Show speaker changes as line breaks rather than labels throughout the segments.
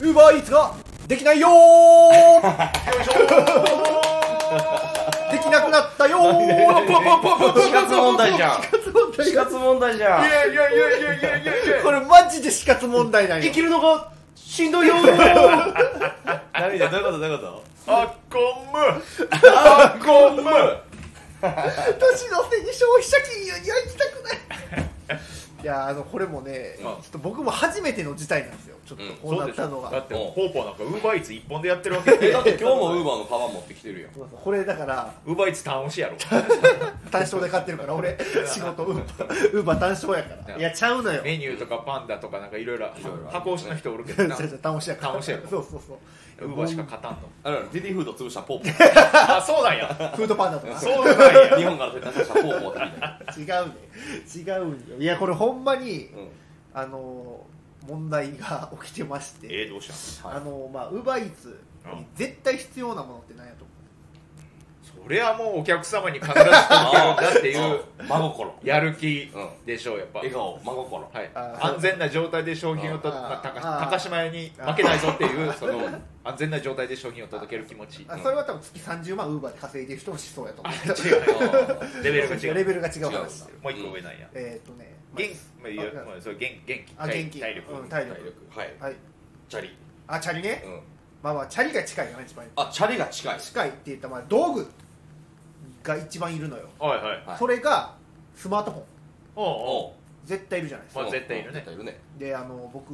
ウーバーイーツができないよ ーできなくなったよー
死活問題じゃん死
死活
活問題じゃん
やいやいやいやいやいやいや
これマジで死活問題なんよ
生きるのがしんどいよー 涙どういうことどういうこと
あっこむあっこむ
年のせいに消費者金融には行きたくない いやーあのこれもね、ちょっと僕も初めての事態なんですよちょっとこうなったのが、
だってもうポーポーなんかウーバーイーツ一本でやってるわけ
えだって今日もウーバーのカバン持ってきてるやん
そうそうこれだから
ウーバーイーツ単押しやろ
単勝で買ってるから 俺仕事ウーバーウーバー単勝やからいやちゃうのよ
メニューとかパンダとかなんかいろいろ
いろいろ
箱押しの人おるけど
単
な
勝単押しやから
単押しやろ
そうそうそう
ウーバーしか勝たんの
あれやろディディフード潰したポーポ
あそうなんや
フードパンダとか
そうなんや
ー日本から撤退したポーポーってみたいな
違うね違うんよいやこれほんまに、
うん
あのー問題が起きてまして、
えー、どうしたの
あのーまあウーバーイーツに絶対必要なものって何やと思
それはもうお客様に必ず届けるんだっていう
うん真心
やる気でしょうやっぱ、
笑顔真心
はい
あ、ー
安全な状態で商品をと
あー
まあ高
あー
高島屋に負けないぞっていうその安全な状態で商品を届ける気持ち
う、あそれは多分月30万ウーバーで稼いでる人の思想やと思う
違うレベルが違
レベ
う
ルが違う
違う
話だ
もう一個上なんや
えーっとね、まあ
元まあいや
あ
まあそれ元元気
あ
体
元気
体力
うん体
体
力
力はい
はい
チャリ
あチャリね、
うん
まあまあチャリが近いよね一番
あチャリが近い
近いって言ったらまあ道具が一番いるのよ、
はいはい
はい
それがスマートフォン
おうおう
おう
絶対いるじゃないですか、
まあ絶対いるね
絶対いるね
であの僕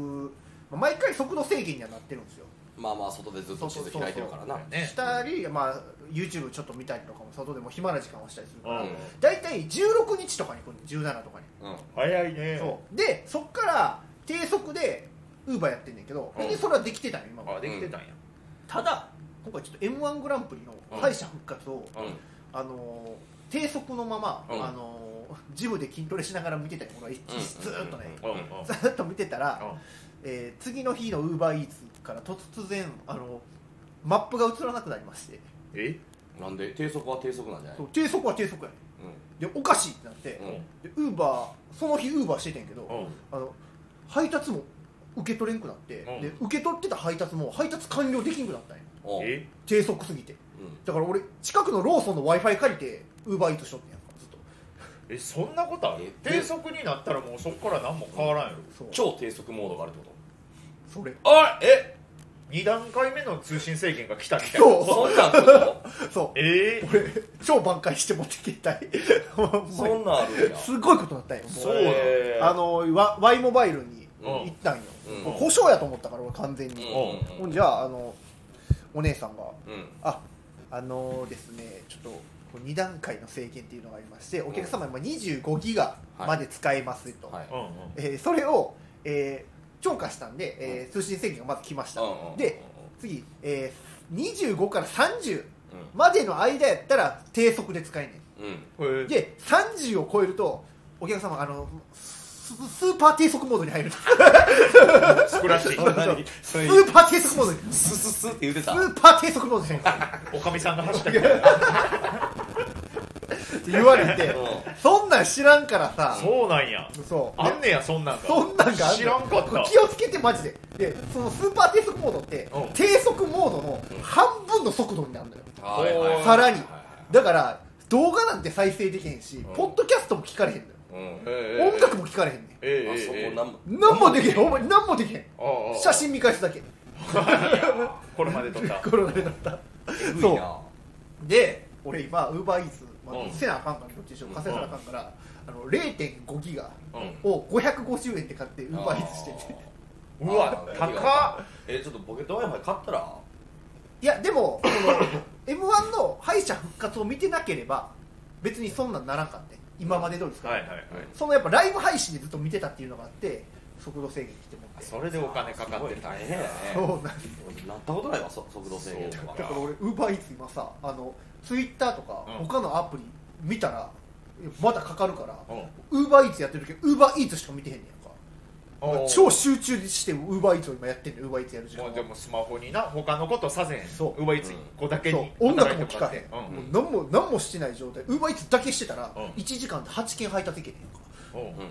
まあ毎回速度制限にはなってるんですよ
まあまあ外でずっと地図開いてるからな
そうそうそうね
したり、まあ、YouTube ちょっと見たりとかも外でも暇な時間をしたりするか
う
ら
ん
大体16日とかに来るの17とかに、
うん
早いね
そうでそっから低速で Uber やってんねんけど
うん
別にそれはできてたの今ま
あ
で
できてたんや
ただ今回ちょっと m 1グランプリの敗者復活を、
うん
あのー低速のまま、
うん
あのージムで筋トレしながら見てたよ俺は一日ずーっとね、
おうおう
ずーっと見てたら、えー次の日の UberEats から突然あのマップが映らなくなりまして
え
なんで低速は低速なんじゃない
そう低速は低速やね
うん
でおかしいってなって、
うん
でウーバーその日ウーバーしててんけど、
おう
あの配達も受け取れんくなって、
うん
で受け取ってた配達も配達完了できんくなったんや
おう
え
低速すぎて
うん
だから俺近くのローソンの w i f i 借りて UberEats しとってんやんかずっと
えそんなことある
え
低速になったらもうそこから何も変わらんやろ
そう
超低速モードがあるってこ
それ
とあえ
2段階目の通信制限が来たみたいな
そう
そんなんあるの
そう
えー、
俺超挽回して持ってき たいほんまに
そんなんあるんや
すごいことだったよもう
そうだ
へー
あのワ Y モバイルに
うん
行ったんよ、
うん
もう故障やと思ったから俺完全
う
に、
ん
ほんじゃああのお姉さんが
うんうん
「ああのですねちょっと2段階の制限っていうのがありましてお客様今25ギガまで使えますと、
はい
うんうん
えーそれを、えー超過したんで、えー通信制限がまず来ました、
うんうん
で次、えー25から30
うん
までの間やったら低速で使えんねん
うん
えー
で30を超えるとお客様あのススーパー低速モードに入るんです
スクラッシ
そん
ー
なにそ
ス
れ
ーパー低速モードにス
スススって言ってた
ーパー低速モードに入るんで
おかみさんが走ったみたいな
すって言われて
う
そんなん知らんからさ
そうなんや
そう
あんねやそんなんが
そんなんがあんねん
知らんかった
気をつけてマジででそのスーパー低速モードって
うん
低速モードの半分の速度になるのよ
はいはいはい
さらに
はいは
だから動画なんて再生できへんし
ん
ポッドキャストも聞かれへんのよ
いうん
えー
音楽も聞かれへんねん
えー、え
あ
ー
そ
え
こ
ー
なんも
何もできへんほんまに何もできへん
ああああ
写真見返すだけ
これまで撮 った
コロナになった
えぐい
そう
な
で俺今ウーバーイーツ
うん
せなあかんからどっちにしよう稼がなあかんから、あの0.5ギガ
う
を550円で買ってウーバーイーツしてて
んうわ
あー
高っ
えちょっとポケット w i f i 買ったら
いやでもその m 1の敗者復活を見てなければ別にそんなんならんかって今まで通りですから、
はいはいはい
そのやっぱライブ配信でずっと見てたっていうのがあって速度制限来てもって
それでお金かかっ
す
てる
ごい大変やね
そうなんです
俺なったことないわそ速度制限と
だか
から
俺ウーバーイーツ今さあのツイッターとか
うん
他のアプリ見たらまだかかるから
うん
ウーバーイーツやってるけどウーバーイーツしか見てへんねんやんか
おう
超集中してウーバーイーツを今やってんのウーバーイーツやる時間
も
は
うでもスマホにな他のことさせへん
そう
ウーバーイーツ一個だけ
そう
に
音楽も聴かへん、
うん
もう何も何もしてない状態ウーバーイーツだけしてたら、
うん
1時間で8件配達いけてんやんか
うん
うん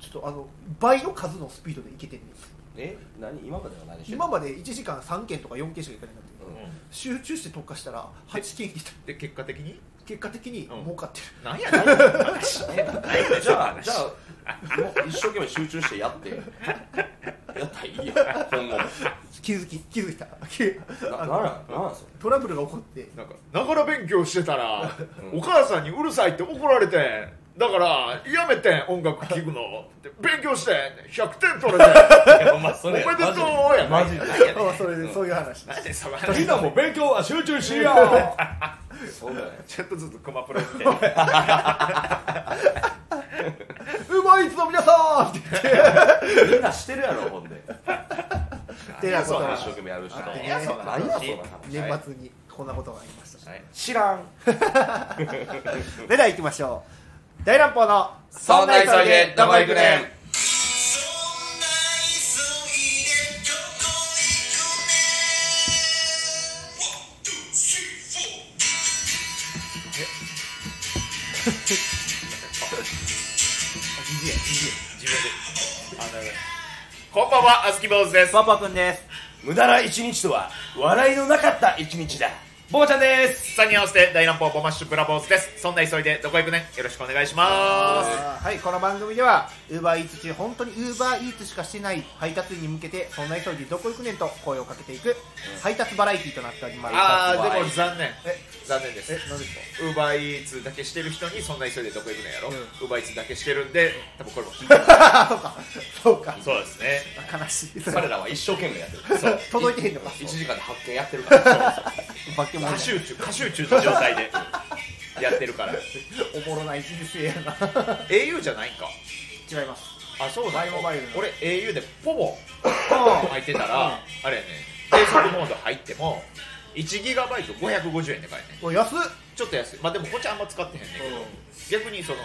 ちょっとあの倍の数のスピードでいけてんねん
え何今までは何してた
今まで1時間3件とか4件しか行かなかったけど
うん
集中して特化したら8件いた
で結果的に
結果的に
うん
儲かってる、
なんやねんなん
じゃあ、じゃあ、もう一生懸命集中してやって。やったらいいよ、今後も。
気づき気づいた
な、
あ
な
の
ら、なんなんそれ。
トラブルが起こって
かながら勉強してたら、
うん
お母さんにうるさいって怒られてんだからやめてん音楽聴くので勉強してん100点取れてん
お前、 そ
おめでとうや
マジで。
ないや ねん
あそれでそういう話で
なんでその
み
話
んなもう勉強は集中しよう。そうだよ。
ちょっとずつクマプロみたいな
うまいっすの皆さんって言って
みんなしてるやろ、ほんで。
てな
そ
こ
の
とが
話一生懸命やる人。
何
何
や
や、
そ
そ
ん
ん
な
な
話
話。
年末にこんなことがありました、
はい
知ら ん。
では行きましょう大乱暴の
そんな急いで、どこ行くねん。
自分であなるほどこんばんはあずき坊主です
パパくんです。
無駄な一日とは、笑いのなかった一日だ。ぼーちゃんです。
サニーハウスで大乱暴ボマッシュブラボーズですそんな急いでどこ行くねんよろしくお願いします
はい、この番組ではウーバーイーツ中本当にウーバーイーツしかしてない配達員に向けてそんな急いでどこ行くねんと声をかけていく配達バラエティーとなっております
あー
はい
でも残念
え
残念です
え何ですか
ウーバーイーツだけしてる人にそんな急いでどこ行くねんやろ、
うん
ウーバーイーツだけしてるんで多分これも
あそうかそうか
そうですね
悲しい
彼らは一生懸命やってる。
そう
届いてへんのか
1時間で発見やってるから。
バケモン
過集中過集中の状態でやってる から
おもろない人生 やな
au じゃないんか
違います
あそう
バ
だ
イモバイルの
俺 au でポボ
あ
入ってたらあれやね低速モード入っても 1GB550 円で買えんねん
お安っ
ちょっと安いまあでもこっちあんま使ってへんねんけど逆にその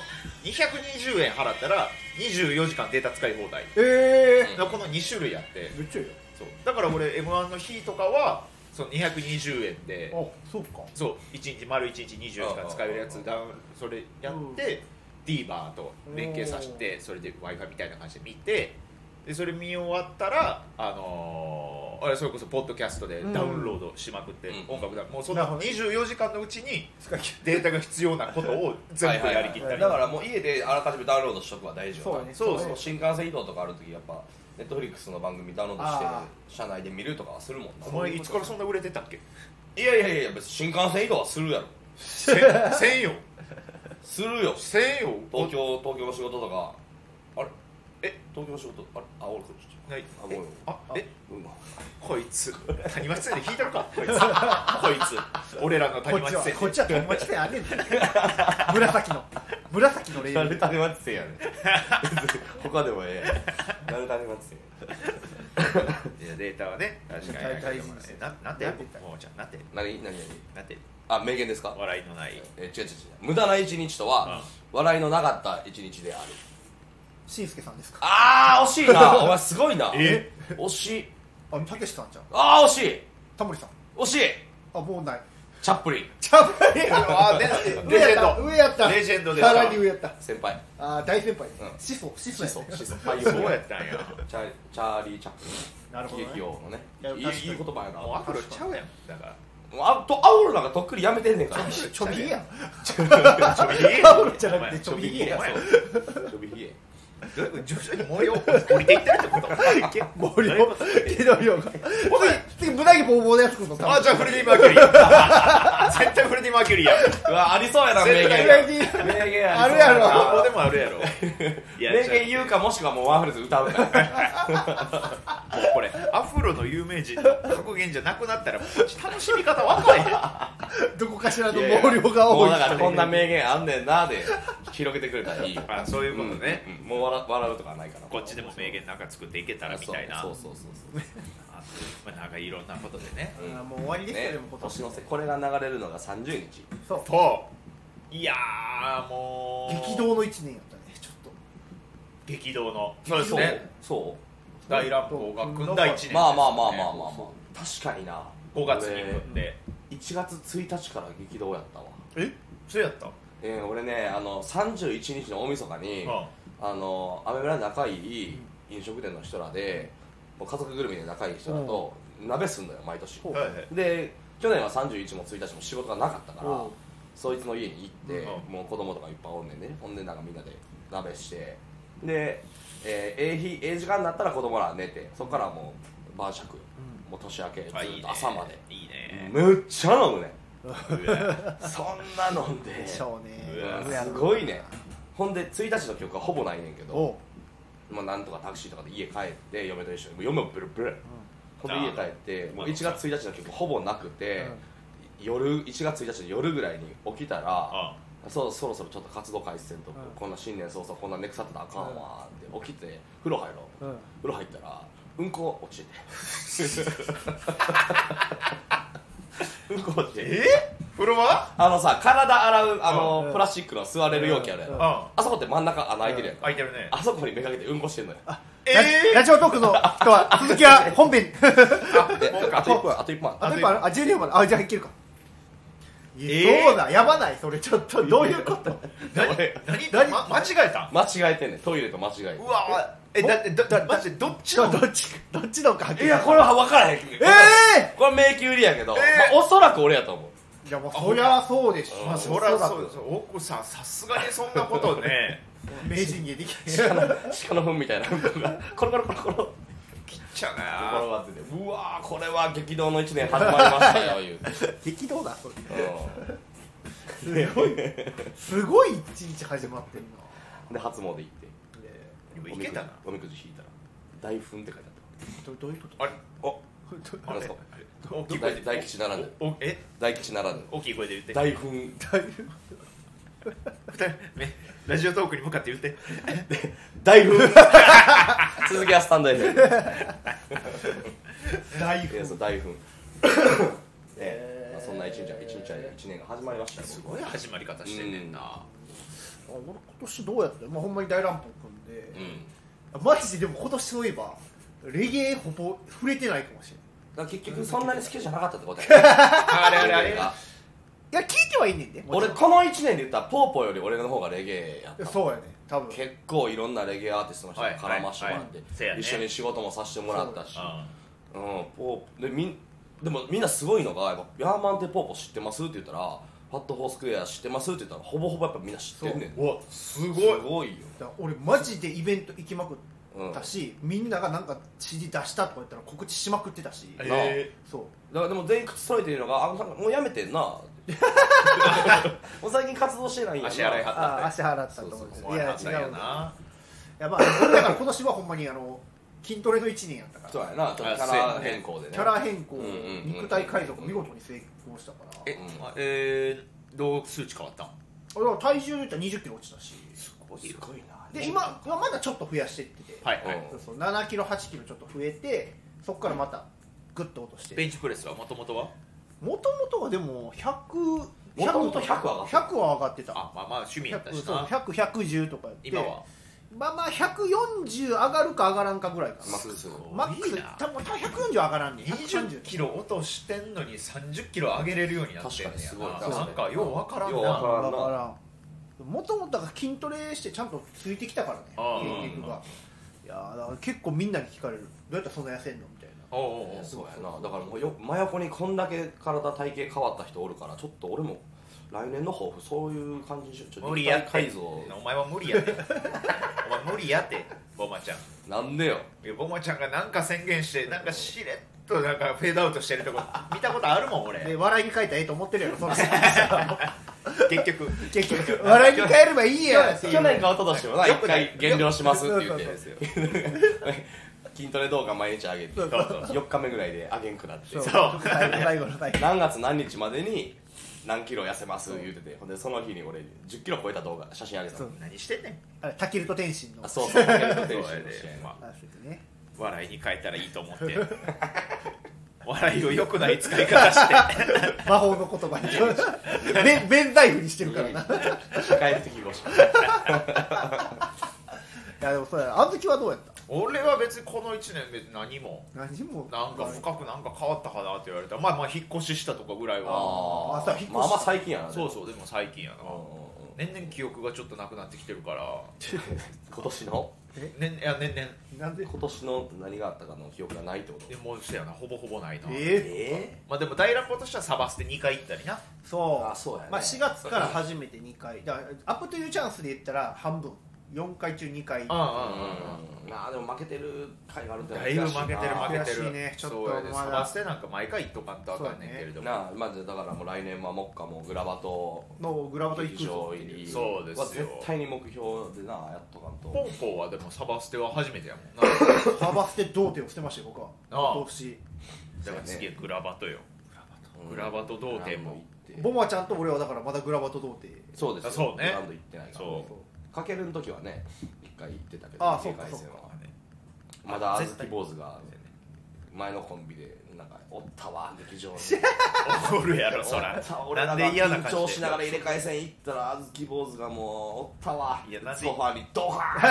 220円払ったら24時間データ使い放題
え
だからこの2種類あって
ー、めっちゃいいよ
そうだから俺 m 1の日とかはその220円で
あそうか
そう1日丸1日24時間使えるや
う
つ
ん
ダウンそれやって TVer と連携させてそれで w i f i みたいな感じで見てでそれ見終わったらあのーあれそれこそポッドキャストで
うん
ダウンロードしまくって、
うん
音楽だもうそ
なる
の
ほど
24時間のうちに
使い切
データが必要なことを全部やりきったり
だからもう家であらかじめダウンロードしとくは大丈夫
そうね
そう
そ
そう
う新幹線移動とかある時やっぱネットフリックスの番組ダウンロードして
あ
車内で見るとかはするもんな
お前いつからそんな売れてたっけ
いやいやいや別に新幹線移動はするやろ
せせんよ
するよ
せんよ
東京東京の仕事とかあれ
え
東京の仕事あれあ俺こっち
ない
あもう
あえ
うん
こいつ谷町線で引いたのかこいつこ いつ俺ら
こ
の谷
っち
町
は
線
こっちは友達線あんねんて 紫の紫のレール
誰種まつせやねん 他でもええやん誰種まつせ
いやデータはね確かに
大事です
ななんて
なんて言った
もうちゃんなんて
何何何
なんて
あ名言ですか
笑いのない
え違う違う違う無駄な一日とは笑いのなかった一日である
しんすけさんですか
あー惜しいな お前すごいな
え
惜しい
あたけしさんじゃん
あー惜しい
タモリさん
惜しい
あもうない
チャップリン
ちゃう
あ で
上
レ
やっ
ジェン
た
ド
上やった
レジェンドです
さ
から
に上やった
先輩
あー大先輩
うん
始祖始祖
シ
や
ソシソ
そうやったんや
チャチャーリー・チャップ
なるほ
リ
どね
ン喜劇王のね
いや
いい
確かに
いい言葉やな
もうアフロちゃうやんだから
もうあとアオロなんかとっくりやめてんねんから
ちょびひげやん
ア
フロじゃなくてちょびひげ
や
お前
ちょびひげ
どういうこと徐々に模様を降りていってるってこと
毛量毛の量が次次胸毛ボーボーのやつくんの
あじゃあフレディ・マーキュリー 絶対フレディ・マーキュリーや
うわありそうやな名
絶
言
対
裏切り
名言
あるやろ
なんぼでもあるやろいや
名言言うかもしくはもうワンフレーズ歌うか
もうこれアフロの有名人の格言じゃなくなったらもうこっち楽しみ方分かれへん
どこかしらの
いやいや
毛量
ら
が
も
多
う
い
だからこんな名言あんねんなで広げてくれたらいいよ
あそういうことね、
うんうんもう笑笑うとかないから
こっちでも名言なんか作っていけたらみたいな
そうそうそうそう
あまあ、なんかいろんなことでね
うん
あーもう終わりですよ
ね
でも今
年
年
の瀬これが流れるのが30日
そう
といやーもう
激動の一年やったねちょっと
激動のそうです
ね
そ
大乱暴が組んだ1年です
う
よね
まあまあまあまあまあまあ確かにな
5月に組んで
俺1月1日から激動やったわ
えそうやった
えー俺ねあの31日の大晦日に
あ
あのアメ村仲いい飲食店の人らでもう家族ぐるみで仲いい人だと鍋すんのよ毎年
ほう
はいはい
で去年は31も1日も仕事がなかったから、
うん
そいつの家に行って、
う
もう子供とかいっぱいおんねんねほんでなんかみんなで鍋してで、えーええ日ええ時間になったら子供らは寝てそこからもう晩酌よ、もう年明けずっ
あいいね
と朝まで
いいね
むっちゃ飲むね
うわ
そんな飲んで
でしょうね
うわ
や
すごいねほんで1日の記憶はほぼないねんけ
お
ど
う、
まあ、なんとかタクシーとかで家帰って嫁と一緒にもう嫁もブルブルほんで
あー
家帰って
まあ
1月1日の記憶ほぼなくて、夜1月1日の夜ぐらいに起きたら
あ
そうそろそろちょっと活動開始せんと、
うん
こんな新年早々こんな根腐ってたらあかんわーって起きて風呂入ろう、
うんうん
風呂入ったらうんこ落ちててうんこ落ちてて
え風呂場
あのさ体洗うあの、
うん
プラスチックの座れる容器あるやろ、
うん
あ
あそこって真ん中穴開いてるやんか、
開いてるね
あそこにめがけてうんこしてんのよあ
え
ララジオトークの人は続きは本編
であと一分あと一分
あと一本あるあ12分まであじゃあいけるか
えー
どうだやばないそれちょっとどういうこと
何何ま間違えた
間違えてんねんトイレと間違え
うわえだってだだマジでどっち
ど
の
どっちどっちのか
ていやこれは分からへんえ
ええ
これ迷宮入りやけど、
えー
まあ、おそらく俺やと思う
ー、いやもうそりゃそうでし
うん
ょまあ
そりゃ
だ
そうです奥さんさすがにそんなことね
名人芸でき ない
鹿の鹿の糞みたいなうんこがコロコロコロコロ
切っちゃう
転
な
がっててうわーこれは激動の1年始まりましたよ言うて、
激動だそれ
う
すごいすごい一日始まってる
ん、で初詣行っ
な
て
ね
でもいけたな
おみくじおみくじ引いたら大噴って書いて
どどういうこと
あれ
あったあれですか
大きい声
大
で
大吉ならぬ
おおえ
大吉ならぬ
大きい声で言って
大噴
二人目ラジオトークに向かって言って
大噴 続きはスタンド FM
大
いやそう大噴 ね
へー
まあ、そんな一日は一日は一年が始まりましたよ
すごい始まり方してんねんな
俺今年どうやったまあ、ほんまに大乱闘組んで
う、ん
マジででも今年そういえばレゲエほぼ触れてないかもしれ
だから結局そんなに好きじゃなかったってことやね
あれあれあ
レ
れ
ゲエが
ないいや聞いてはいいねんでもち
俺
ろん
この1年で言ったらポーポーより俺の方がレゲエやった
そうやね多分
結構いろんなレゲエアーティストの人に
はい
絡ましてもらって、
はいはいせやね
一緒に仕事もさせてもらったし
あ
う、ん、ポーでみんでもみんなすごいのがやっぱ「ヤーマンってポーポー知ってます?」って言ったら「ファットフォースクエア知ってます?」って言ったらほぼほぼやっぱみんな知ってんねん
うわす
す
ごい
ごいよ
だから俺マジでイベント行きまくったし、みんながなんか CD 出したとか言ったら告知しまくってたし、
え
え
そう
だからでも全員口揃えてるのが「あなんかもうやめてんな」もう最近活動してないんやな
足洗いは
ああ足払ったと思うんです
そう
よ
そ
いや違
う
ーなんや
うんだい
な
やまあ俺だから今年はほんまにあの筋トレの一年やったか
そう
ら
やなちょっとキャラ変更でね
キャラ変更、
うんうんうん
肉体改造見事に成功したから
え
うん
えーどう数値変わったん
あだから体重で言ったら2 0キロ落ちたし
すごい
ごいな
で今今まだちょっと増やしてってて、
はいは
う
い
ん
そうそう7キロ8キロちょっと増えてそこからまたグッと落として
ベンチプレスはもともとは
もともとはでも100
元々100は上がってた
100は上がってた
あまあまあ趣味やったしな
100110とかやって
今は
まあまあ140上がるか上がらんかぐらいか
マ
な
ックス
マック
いい
ス
な
多分多分140上がらんねん
20
130
キロ落としてんのに30キロ上げれるようになってんね
確かにすごい
やな
確か
な
に
んかようわからん
ようわ
な
らんな
だからもともとだから筋トレしてちゃんとついてきたからね
ああ
筋肉がいやーだから結構みんなに聞かれるどうやったらそんな痩せんのみたいな
おうおうおう
そうやなだからもうよ真横にこんだけ体体型変わった人おるからちょっと俺も来年の抱負そういう感じにしようちょっと
無理やって
改造
お前は無理やってお前無理やってボマちゃん
なんでよ
いやボマちゃんがなんか宣言してなんかしれっとなんかフェードアウトしてるとこ見たことあるもん
で
俺
笑いに変えたらええと思ってるやろその
結局
結局笑いに変えればいいやんっていう
去年か一昨年もな
よ
一
くない
回減量しますって言っ
そう
て
そう
筋トレ動画毎日上げて
そうそうそう
4日目ぐらいで上げんくなって
そう
そう
最後の最後
何月何日までに何キロ痩せます言うててほんでその日に俺1 0キロ超えた動画写真あげたの
そう
何してんねん
あれタキルト天心の
あそうそうテレビ
そう
電
や
子
で
の試合
ま
あ
あ
そうですね
笑いに変えたらいいと 思って笑いを良くない使い方して
魔法の言葉に弁弁財布にしてるからない
社会的語者
やでもそうやあの時はどうやった
俺は別にこの1年別に何も
何も
なんか深くなんか変わったかなって言われたらまあまあ引っ越ししたとかぐらいは
あ
あそう引っ越し
まあまあ最近やな
そうそうでも最近やな、
うんうんうん
年々記憶がちょっとなくなってきてるから
今年の
年いや年々
なんで
今年の何があったかの記憶がないってこと
でもそうやなほぼほぼないな
え
え
まあでも大落語としてはサバスで2回行ったりな
ー、そう
あそうやね
まあ、4月から初めて2回だからアップというチャンスで言ったら半分4回中2回
え
あ
うんなあでも負けてる回があるんじゃ
だ
ない
いぶ負けてる
な
負けてる
悔しいねちょっと
そうやで
まだ
サバスでなんか毎回行っとかんとあかんねんけれども
なあまあじゃあだからもう来年はもっかもうグラバと
のグラバト行く
劇
ぞ
場
って
入
いう
り
そうですよ
は絶対に目標でなやっとかんと
ポンポンはでもサバステは初めてやもん な
サバステ童貞を捨てましたよ僕は
ああ
同士
だから次はグラバトよ
うん
グラバと童貞も
グランド行って
ボマちゃんと俺はだからまだグラバト童貞
そうですよ
あそうね
グランド行ってないから
そう
そう
かけるの時はね一回行ってたけど
あそうか
二回戦は
そう
まだあ
絶
ずき
対
坊主が前のコンビでなんかおったわ劇場に
おる やろそ
お
ら
ったわ俺ら
な
が
んで嫌な
緊
感
張
じ
し
で
ながら入れ替え戦行ったらあずき坊主がもうおったわ
いやなんで
ソファーにドカー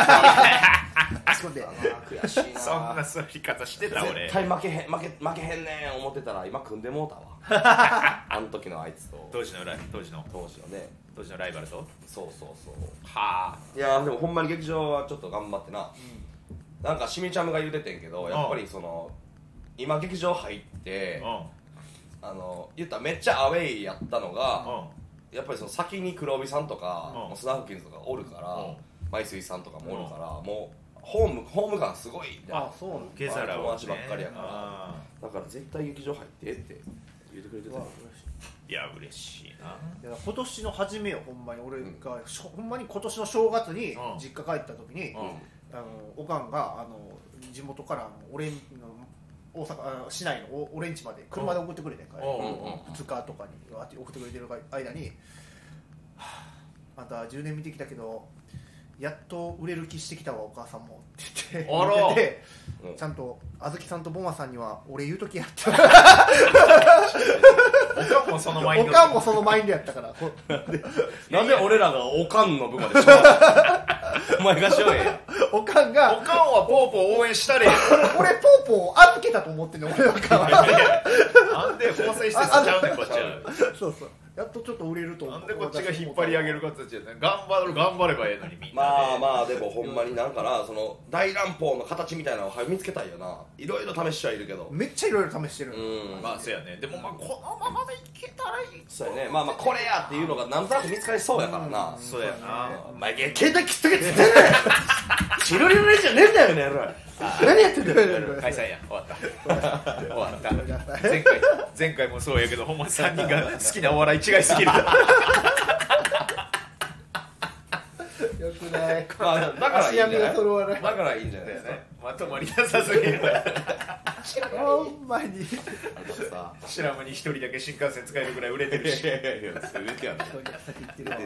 ン
あそこで
悔しいな
そんな座り方してた俺
絶対負けへん負け負けへんねん思ってたら今組んでもうたわあの時のあいつと
当時のライ当時の
当時のね
当時のライバルとは
そうそうそう
あ
いやーでもほんまに劇場はちょっと頑張ってな、なんかしみちゃんが言うててんけどやっぱりその今劇場入って
う
あの言ったらめっちゃアウェイやったの
ん
が
うん
やっぱりその先に黒帯さんとか
うん
もうスナフキンズとかおるから
うん
マイスイさんとかもおるからもうホームホーム感すごいみたいな
あそうなん
受け皿を、ね、
友達ばっかりやから
あ
だから絶対劇場入ってって言ってくれて
う
た
わ
よ
嬉しい
ーいや嬉しいない
や今年の初めよほんまに俺が、しょほんまに今年の正月に
うん
実家帰った時に、
うん
あのおかんがあの地元からあの俺の大阪あの市内のお俺ん家まで車で送ってくれてんから、
うん
うんうん
2日とかにわーって送ってくれてる間に「はああんた10年見てきたけどやっと売れる気してきたわお母さんも」って言って
あら
言ってて
うん
ちゃんとあずきさんとボマさんには俺言うときやった
おかんもそのマイン
お
ド
かんもそのマインドやったからこ
なんで俺らがおかんの部までしょうがないお前がしようや
おかん
お
が
かんはポーポー応援したれよ
俺ポーポーを預けたと思ってんねん俺のおかん は
なんで構成してちゃうねんこっちは
そうそうやっとちょっと売れると思
な
うん
でこっちが引っ張り上げる形やねん頑張る頑張ればええのにみんな
まあまあでもほんまになんかなその大乱暴の形みたいなのを見つけたいよないろいろ試しちゃいるけど
めっちゃいろいろ試してる、
うん
まあそうやねでもまあこのままでいけたらいい
そうやねまあまあこれやっていうのがなんとなく見つかりそうやからな
そうやな
お前携帯切っとけっつってんねんチロリロリじゃねえんだよねやろ
何やってんだよ
解散や終わった終わった前回前回もそうやけどほんま3人が好きなお笑い違いすぎる
よくない
まあだからいいん
足
じゃ
並み
な
が
い
揃わない
だからいいんじゃないですか
まとまりなさすぎる
ほんまに
あとさ
知らん間に一人だけ新幹線使えるぐらい売れてるし
やいやいやそれだけはね
先行ってるわ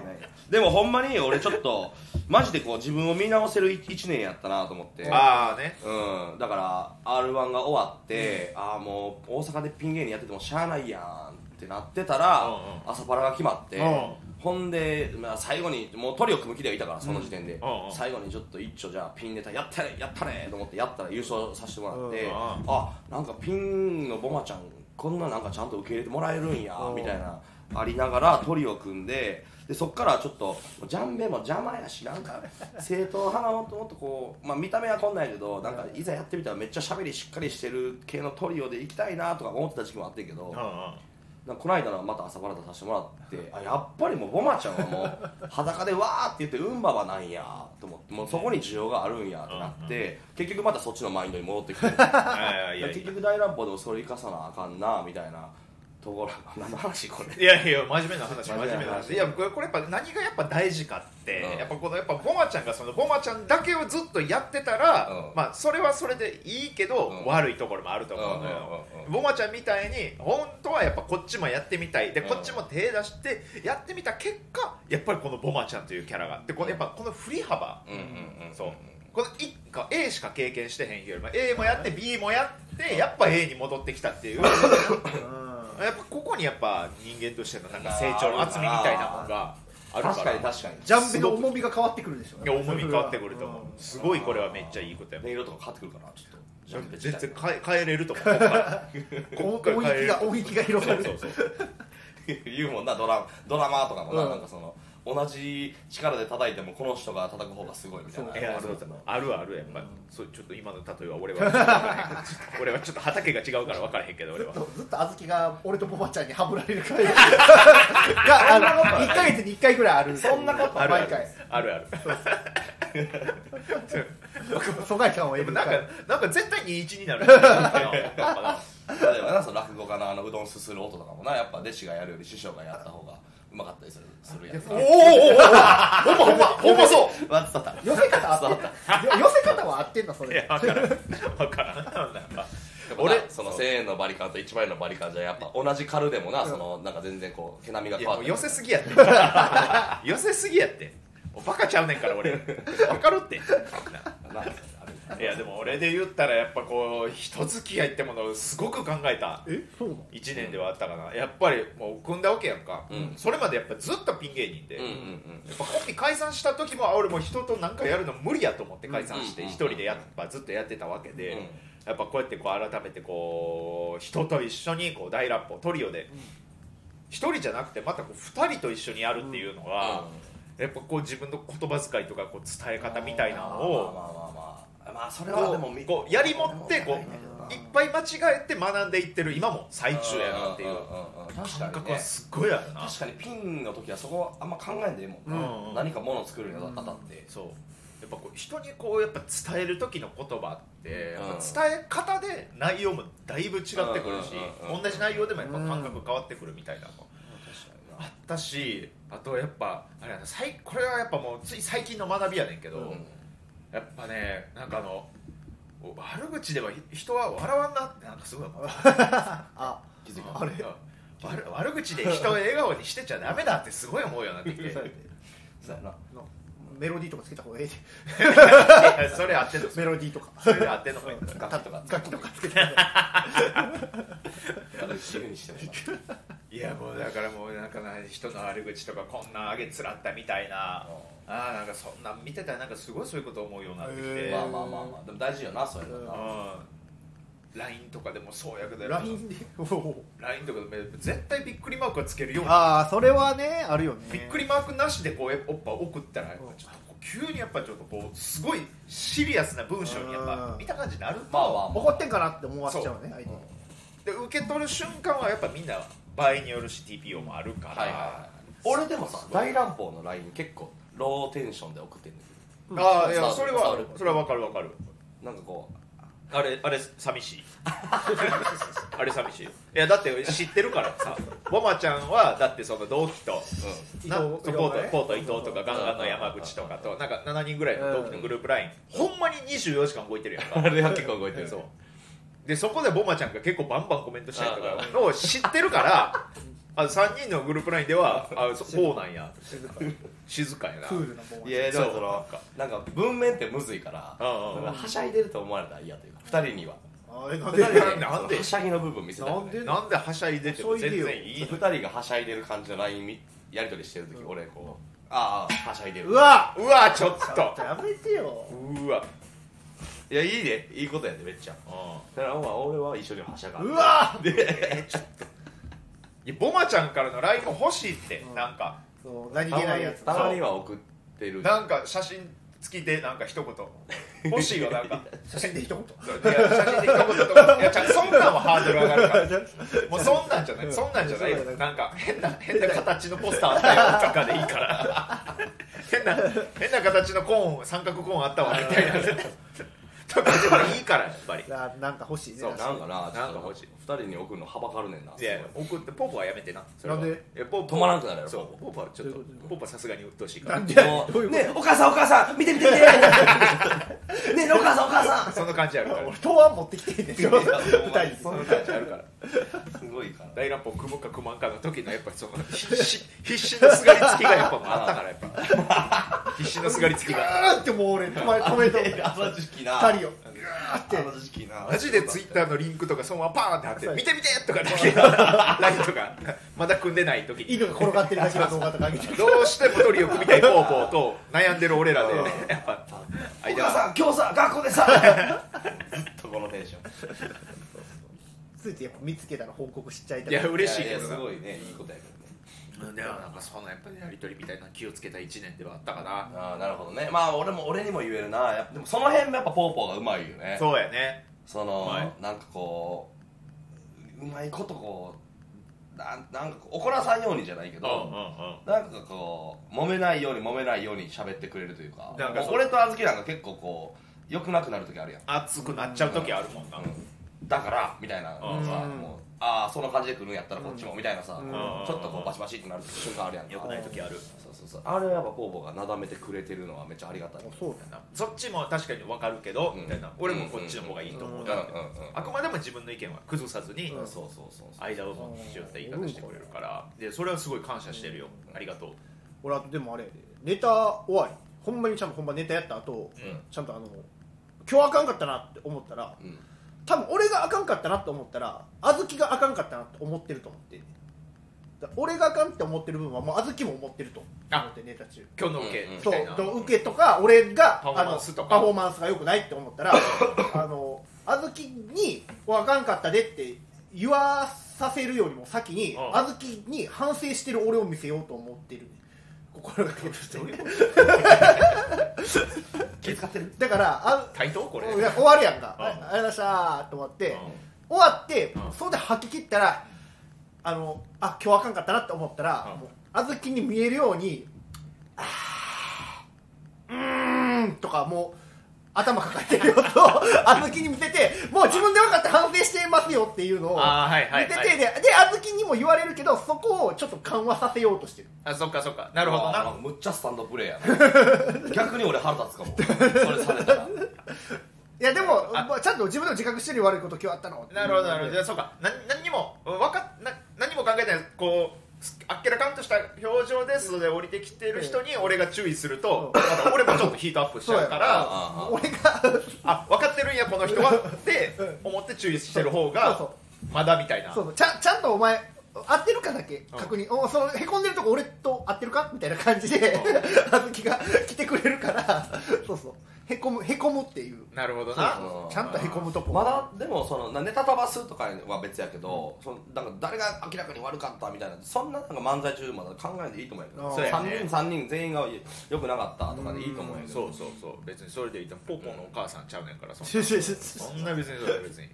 でもほんまに俺ちょっとマジでこう自分を見直せる1年やったなと思って
ああね
うん、だから r 1が終わって、ああもう大阪でピン芸人やっててもしゃあないやんってなってたら、
うんうん
朝パラが決まって、
うん
ほんで、まあ、最後にもうトリオ組む気ではいたからその時点で、
うんうん
最後にちょっと一丁じゃあピンネタやったねやったねと思ってやったら優勝させてもらって、
うん
うん
あなんかピンのボマちゃんこんななんかちゃんと受け入れてもらえるんや
うん
みたいなありながらトリオ組んででそっからちょっとジャンベも邪魔やしなん か正統派のもっとこう、まあ、見た目はこんなんやけどなんかいざやってみたらめっちゃ喋りしっかりしてる系のトリオで行きたいなとか思ってた時期もあってんけど、
うんうん
なんかこの間のまた朝バラ出させてもらってあやっぱりもうボマちゃんはもう裸でわーって言ってうんばばなんやと思ってもうそこに需要があるんやってなって結局またそっちのマインドに戻ってきて
あーいやい
結局大乱暴でもそれ生かさなあかんなみたいなところ何の話これ
やいやいや真面目な話
真面
真
目な話
面目な話いやこれこれやっぱ何がやっぱ大事かって、
うん
やっぱこのやっぱボマちゃんがそのボマちゃんだけをずっとやってたら、
うん
まあそれはそれでいいけど、
うん
悪いところもあると思う
うん
のよ、
うんうんう
ボマちゃんみたいに本当はやっぱこっちもやってみたいで
うん
こっちも手出してやってみた結果やっぱりこのボマちゃんというキャラがでこのやっぱこの振り幅、
うんうんうん
そうこの一か A しか経験してへんよりも A もやって B もやってやっぱ A に戻ってき たっていうやっぱここにやっぱ人間としてのなんか成長の厚みみたいなものがあるから
確かに確かに
ジャンベの重みが変わってくるでしょ
いや重み変わってくると思うすごいこれはめっちゃいいことや
音色とか変わってくるからちょっとジャンベ
全然
自体が
変え変えれると 思うこっか
音
ら
域が音域が広がる
そうそうそう
言うもんなドラドラマーとかもな,、
うん
なんかその同じ力で叩いてもこの人が叩く方がすごいみたいな
そう
えあ
そう
る
そう
あるあるやっぱ、そうちょっと今の例えは俺はちょっと分からへん俺はちょっと畑が違うから分からへんけど
ず
俺
っ
は
とずっと小豆が俺とボバちゃんにハブられる 回があの1か月に1回ぐらいある
そんなこと
あるあ
毎
る
回
あるある
疎外感を
で
得
も
る
なん
か
からなんか絶対21にな るやっぱな
まあでもなその落語家のあのうどんすする音とかもなやっぱ弟子がやるより師匠がやった方がうまかったりするするやつ
おおおおおほんまほんまほんまそう
わっつったった
寄せ方合ってんだ寄せ方は合ってんだそ
いや
れ
分からん分からんなんか
俺
俺
その1000円のバリカンと1万円のバリカンじゃやっぱ同じ軽でもなそのなんか全然こう毛並みが
い
変
や
わ
も
っ
う
て
寄せすぎやって寄せすぎやって もうバカちゃうねんから俺分かるって
なあれ
いやでも俺で言ったらやっぱこう人付き合いってものをすごく考えた
えそうなの
1年ではあったかなやっぱりもう組んだわけやんか、
うん
それまでやっぱずっとピン芸人で、
うんうん
や
うん
っぱコンビ解散した時もあ俺もう人となんかやるの無理やと思って解散して
うん
一人でやっぱずっとやってたわけで、
うん
やっぱこうやってこう改めてこう人と一緒にこう大乱歩トリオで一人じゃなくてまたこう2人と一緒にやるっていうのは、やっぱこう自分の言葉遣いとかこう伝え方みたいなのを
まあまあまあまあまあそれはでも
こうこうやりもってこういっぱい間違えて学んでいってる今も最中やなっていう
感
感覚はすっごいあるな
確かにピンの時はそこはあんま考えんでいいもんな、
うんうん
何かもの作るにあたって、
そうやっぱこう人にこうやっぱ伝える時の言葉って、やっ
うん
ぱ伝え方で内容もだいぶ違ってくるし
うんうんうんうん
同じ内容でもやっぱ感覚変わってくるみたいなのも
確
あったしあとやっぱあれやな最これはやっぱもうつい最近の学びやねんけど、
うん
やっぱねなんかあの悪口ではひ人は笑わんなってなんかすごい思う
あ
気づいた
あれ
うん悪悪口で人を笑顔にしてちゃダメだってすごい思うようになってきてい
そうやな
のメロディーとかつけた方がいい
やそれ合ってんの
メロディーとか
それで合ってんのかい
楽器とか
楽器とかつけてた方がいい
自由に してもらう
いやもうだからもうなんかな人の悪口とかこんなあげつらったみたいなあーなんかそんなん見てたらなんかすごいそういうこと思うようになってきて、
へ
ま
ー
あまあまあまあでも大事よなそういうのな、
うん LINE とかでもそうやけ ど
LINE でおお
LINE とかでも絶対びっくりマークはつけるように
ああそれはねあるよね
びっくりマークなしでこうやっぱおっぱ送ったらやっぱちょっとこう急にやっぱちょっとこうすごいシリアスな文章にやっぱ
うん
見た感じになると、
まあまあ
怒ってんかなって思わせちゃうね相手に
で受け取る瞬間はやっぱみんな場合によるし TPO もあるから、
はいはいはい俺でもさ大乱暴の LINE 結構ローテンションで送ってんだけ
ああ
触
いや
る
それ
触
は
る
それはわかるわかる
どなんかこう
あれあれ寂しい あれ寂しいいやだって知ってるからさボマちゃんはだってその同期と
う
伊藤
なそう
伊藤
コ
ね
ートコート伊藤とかガンガンの山口とかとなんか7人ぐらいの同期のグループライン、ほんまに24時間動いてるやんか
んあれは結構動いてる
そうでそこでボマちゃんが結構バンバンコメントしたりとかを知ってるからあ3人のグループラインではあそそうなんや
静かに
静かやな
クールなボバ
いやでもそ
そうな
のなんか文面ってむずいから
うんうんうん
なんかはしゃいでると思われたら嫌というか2人には
あえなん
二
で
人
なんで
にはそのはしゃぎの部分見せたくない
なんで
なんではしゃいでても全然いい
二人がはしゃいでる感じの LINE みやり取りしてる時、俺こうああはしゃいでる
うわ
うわちょっ
ちょ っ
と
とやめてよ
うわ
いやいいねいいことやでめっちゃだからまあ俺は一緒にはしゃがん
うわ
で
いやボマちゃんからの LINE も欲しいって、
うん
なんか
そう何
た
気
ま
ない
に
やつ
たまには送ってる
なんか写真付きでなんか一 言欲しいよなんか
写真で一言
いや写真で一言とかいやちゃうそんなんはハードル上がるからもうそんなんじゃないそんなんじゃないよなんか変な変な形のポスターあったよとかでいいから 変な変な形のコーン三角コーンあったわみたいなとかでもいいからやっぱり
ななんか欲しいね
そう
なんかな
なんか欲しい
ちょっと二人に送るのはばかるねんない
や送ってポポはやめてなそれは
なんで
いやポポ
止まらんくなるやろ
そうポポはちょっと
どういうこと
ポポはさすがに鬱陶しいから
なんで
も
どういううこと
ねえお母さんお母さん見て見て見 てねえお母さんお母さ
そんな感じあるから
俺答案持ってきてんですよ
いや
舞台に
ほ
そ
んま
ん
に
な感じあるから
んすごいから
大乱歩組むか組まんかの時のやっぱその必死必死のすがりつきがやっぱあったからやっぱ必死のすがりつき
ガ
が
ーンってもう俺止め止めとった
あの時期な
二人を
あの時期な
マジでツイッターのリンクとかそのままパーンって貼って
そう
「見て見て!」とかだけ LINE とかまだ組んでない時に
犬が転がってるだけの動画とか見て
どうしてもトリオ組みたいポーポーと悩んでる俺らで
うん
やっぱ
お
間
母
は
さん今日さ学校でさずっとこのテンション
ついてやっぱ見つけたら報告しちゃいた
いや嬉しい
い
け
や
ど
す
な
ごいねいいことやけどね
うんでもなんかそのやっぱりやり取りみたいなの気をつけた1年ではあったかな、
ああなるほどねまあ俺も俺にも言えるなやっぱでもその辺もやっぱポーポーがうまいよね
そうやね
その、
はい
なんかこううまいことこうなんなんかこう怒らさんようにじゃないけ
うんうん
ど、
うん
なんかこう揉めないように揉めないように喋ってくれるというか
なんかそう
俺とあずきなんか結構こう良くなくなる時あるやん、
熱くなっちゃう時あるもんな、
うんだからみたいなのさ、
うん
もうああその感じで来るんやったらこっちも、みたいなさ、
うん
ちょっとこうバシバシってなる瞬間あるやん
よくない時ある
そうそうそうあれはやっぱポーポーがなだめてくれてるのはめっちゃありがたい
そうだ
そっちも確かに分かるけど、
うん
みたいな俺もこっちの方がいいと思うな、
うんうんうん
あくまでも自分の意見は崩さずに、
うん
そうそうそうそう
間を持ち寄った言い方してくれるからでそれはすごい感謝してるよ、ありがとう
俺はでもあれやでネタ終わりほんまにちゃんと本番ネタやった後、
うん
ちゃんとあの今日あかんかったなって思ったら
うん
多分俺があかんかったなって思ったら小豆があかんかったなって思ってると思ってだから俺があかんって思ってる部分はもう小豆も思ってると思ってネタ中
今日の受け
うんうん
み
そう
たいな、
受けとか俺が
パフォーマンスとか
あのパフォーマンスが良くないって思った らあの小豆に「わかんかったで」って言わさせるよりも先に
うん
小豆に反省してる俺を見せようと思ってる心がけとして
気遣っ てる
だからあ
対等これ
いや終わるやんか、
うん
あありがとうございましたーと思って、
うん
終わって、
うん
そこで吐き切ったらあのあ今日あかんかったなって思ったら、
うん
もう小豆に見えるようにあーうーんとかもう頭抱えて るよと小豆に見せてもう自分で分かって反省してますよっていうのを
ああはいは
見
い、
てて、
は
で
い、
で小豆にも言われるけどそこをちょっと緩和させようとしてる
あそっかそっかなるほど
あ
な
ーむっちゃスタンドプレーやな逆に俺腹立つかもそれされ たら
いやでも
あ
まあ、ちゃんと自分の自覚してるよ悪いこと今日あったの
なるほどなるほどじゃあそうかな何にもわかな何も考えてないこうすあっけらかんとした表情で素で降りてきてる人に俺が注意すると、また俺もちょっとヒートアップしちゃうか
あ
ら
あ
俺が
あ分かってるんやこの人はって思って注意してる方
そう
が
そう
まだみたいな
そう
う
そうちゃんちゃんとお前合ってるかだけ
うん
確認、おそのへこんでるとこ俺と合ってるかみたいな感じで、あずきが来てくれるからそうそうへこむへこむっていう
なるほど
そう
な
そう
ちゃんとへこむとこ
まだでもそのなネタ飛ばすとかは別やけど、そのなんか誰が明らかに悪かったみたいなそんななんか漫才中まだ考えんでいいと思うんやけど、
あー
そうやね
3人三人全員が良くなかったとかでいいと思うんやけど
そうそうそう別にそれでいいとポーポーのお母さんちゃうねんからそん
シュ
な
シュシュ
そんな別にそれは別に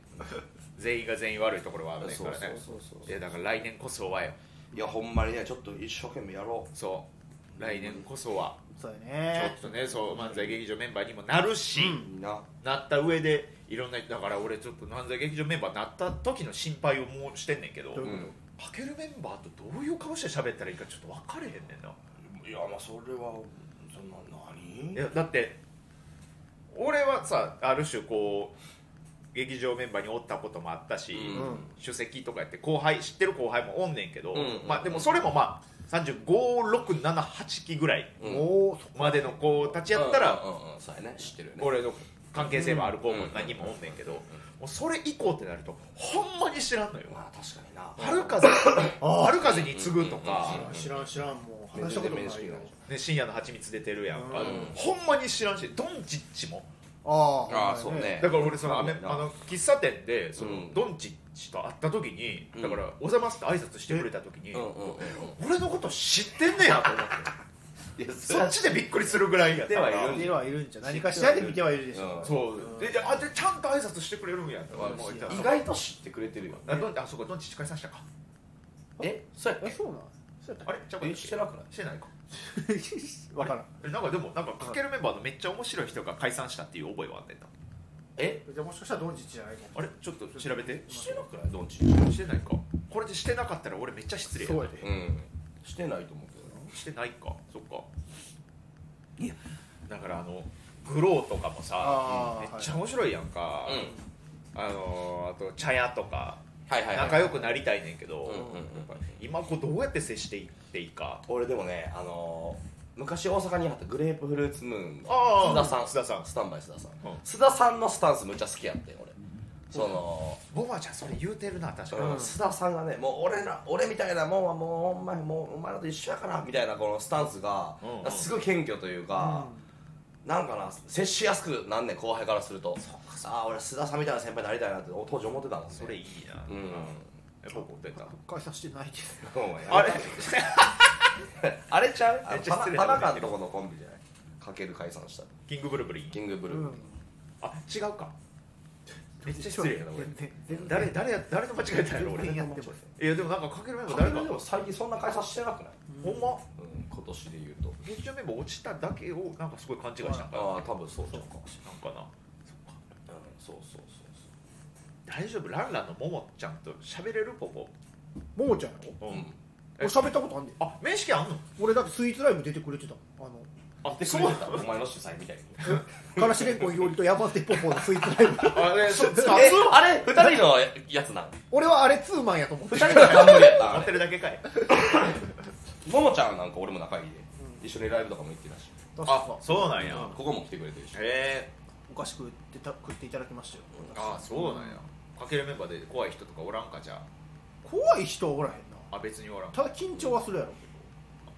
全員が全員悪いところはあるねん
そ
か
う
ら
そう
ね
そうそう
いやだから来年こそはよ
いやほんまにねちょっと一生懸命やろ
そう来年こそは
そうや
ちょ
ね
っとねそう漫才劇場メンバーにもなるし、
うみんな
なった上でいろんなだから俺ちょっと漫才劇場メンバーになった時の心配をもうしてんねんけど
どういううん
パケルメンバーとどういう顔して喋ったらいいかちょっと分かれへんねんない
やまあそれはそんな何
いやだって俺はさある種こう劇場メンバーにおったこともあったし、
う
主席とかやって後輩知ってる後輩もおんねんけど、
うんうんうん
まあ、でもそれもまあ3567期ぐらい
うん
もうそ
までの子たちやったら、
うんうんうんそうやね知ってるよね
俺の関係性もある子も何人もおんねんけど、もうそれ以降ってなるとほんまに知らんのよ
まあ確かにな
春風
あー
春風に次ぐとか、
う知らん知らんもう
全
話したこと
然
もない
面
よ
識ない
ね、深夜の蜂蜜出てるやんか、
うん
ほんまに知らんしドンチッチも
あ
あ
ー
あそうね
だから俺そのあめ
うん
あの喫茶店でその、
うん
ドンチッチと会った時に
うん
だから「おざます」って挨拶してくれた時に、
うんうんうんうん
俺のこと知ってんねやと思って
いやそ
そっちでびっくりするぐらいやったから
知ってはいる
見てはいるんじゃ何かしらで見てはいるでしょ、
うん
そうでであでちゃんと挨拶してくれるんやって思って
うん
意外と知ってくれてるよ
あどんあそうかドンチッチ解散したか
えそうやっ
え
け
そうなんそうやっ
あれちゃうかったっけ
えしてなくない
してないか
たっけわからん
えなんかでもなんかかけるメンバーのめっちゃ面白い人が解散したっていう覚えはあんねんな
え
じゃあもしかしたら同時じゃないかも
あれちょっと調べて
してなくないどんち
してないかこれでしてなかったら俺めっちゃ失礼や
そう
な
やで、
うんしてないと思うけどな
してないかそっかいやだからあのグローとかもさ
あ
め
ー
っちゃ面白いやんか、
うん
あのーあと茶屋とか
はいはいはい
仲良くなりたいねんけど、
うんうんうん
今こうどうやって接していっていいか
俺でもねあのー昔大阪にあったグレープフルーツムーンの
あ
須田さん
須田さん
スタンバイ須田さん
うん
須田さんのスタンスむっちゃ好きやってん俺その
ボマちゃんそれ言うてるな確かに、
うん須田さんがねもう俺ら俺みたいなもんはもうほんまにもうお前らと一緒やからみたいなこのスタンスが
うんうん
すごい謙虚というかなんかな接しやすくなんねん後輩からするとああ俺須田さんみたいな先輩になりたいなって当時思ってたもんね
それいいな、
うん
やっぱ持ってた
解散してないです
あれ あれちゃう
あ
め
の
っちゃ
田中
失礼
田
な
中のとこのコンビじゃないかける解散した
キングブルブリン
キングブ
う
ルー、
ん
あ違うかめっちゃ失礼やな俺
全然全然
誰誰や誰と間違えたんやろ俺
全然
い
やってます
やでもなんかかけるメンバー
誰
誰
か
か
でも最近そんな解散してなくない、
ほんま
うん、今年で言うと
劇場メンバー落ちただけをなんかすごい勘違いしたんかな
ああ多分そうじゃんか
なんかな
うんそうそうそう
大丈夫ランランのももちゃんと喋れるポポ
ももちゃんやろ
そう、うん
俺喋ったことあんねん
あ面識あんの
俺だってスイーツライブ出てくれてたあの
あ
でそうたお前の主催みたい に
からしれんこんひよりと山手ポポのスイーツ ライブ
あれそう使う
えあれ二人のやつなの
俺はあれツーマンやと思って
二人の冠やった
持
ん
っ
あ
て
れ
るだけかい
ももちゃんなんか俺も仲いいで、
う
一緒にライブとかも行ってたし
あそうなんや
ここも来てくれてるし
へえ
お菓子食ってた食っていただきましたよ
あそうなんやかけるメンバーで怖い人とかおらんかじゃ
怖い人はおらへんな
ああ別におらん
ただ緊張はするやろ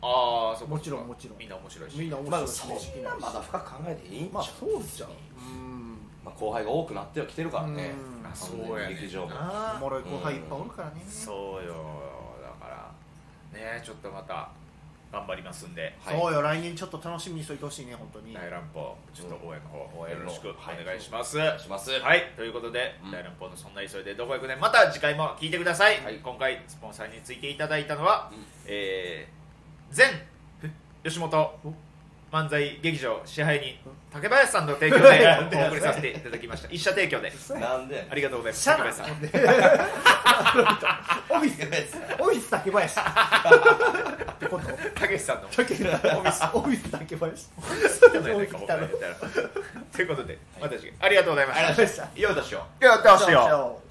ああそっか
もちろんもちろん
みんな面白いし
みんな面
ま
白
あ
い
そ
し
んなまだ深く考えていいんちゃう
まあそうじゃんうん
まあ、後輩が多くなってはきてるからね
うん
あ
そうやねんな
劇場も
おもろい後輩いっぱいおるからね
そうよだからねちょっとまた頑張りますんで
はい
そうよ来年ちょっと楽しみにしといてほしいね本当に
大乱暴ちょっと応援の方
応
よ
援の
ろしくお願いします、
お願いします
はい、ということで、
うん
大乱暴のそんな急いでどこへ行くねんまた次回も聞いてください、
はい
今回スポンサーについていただいたのは、
うん
えー前吉本漫才劇場支配人竹林さんの提供
なん
で
で
お送りさせていただきました一社提供で
なんで
ありがとうございます
シャ
竹
ナ
林さん
オフィスオフィス竹 林ってこと
竹内さんの
竹 林オフィスオフィス竹林
と いうことで、私、ありがとうございま
ありがとうございま
し
したた。
いや、どうしよう。
よ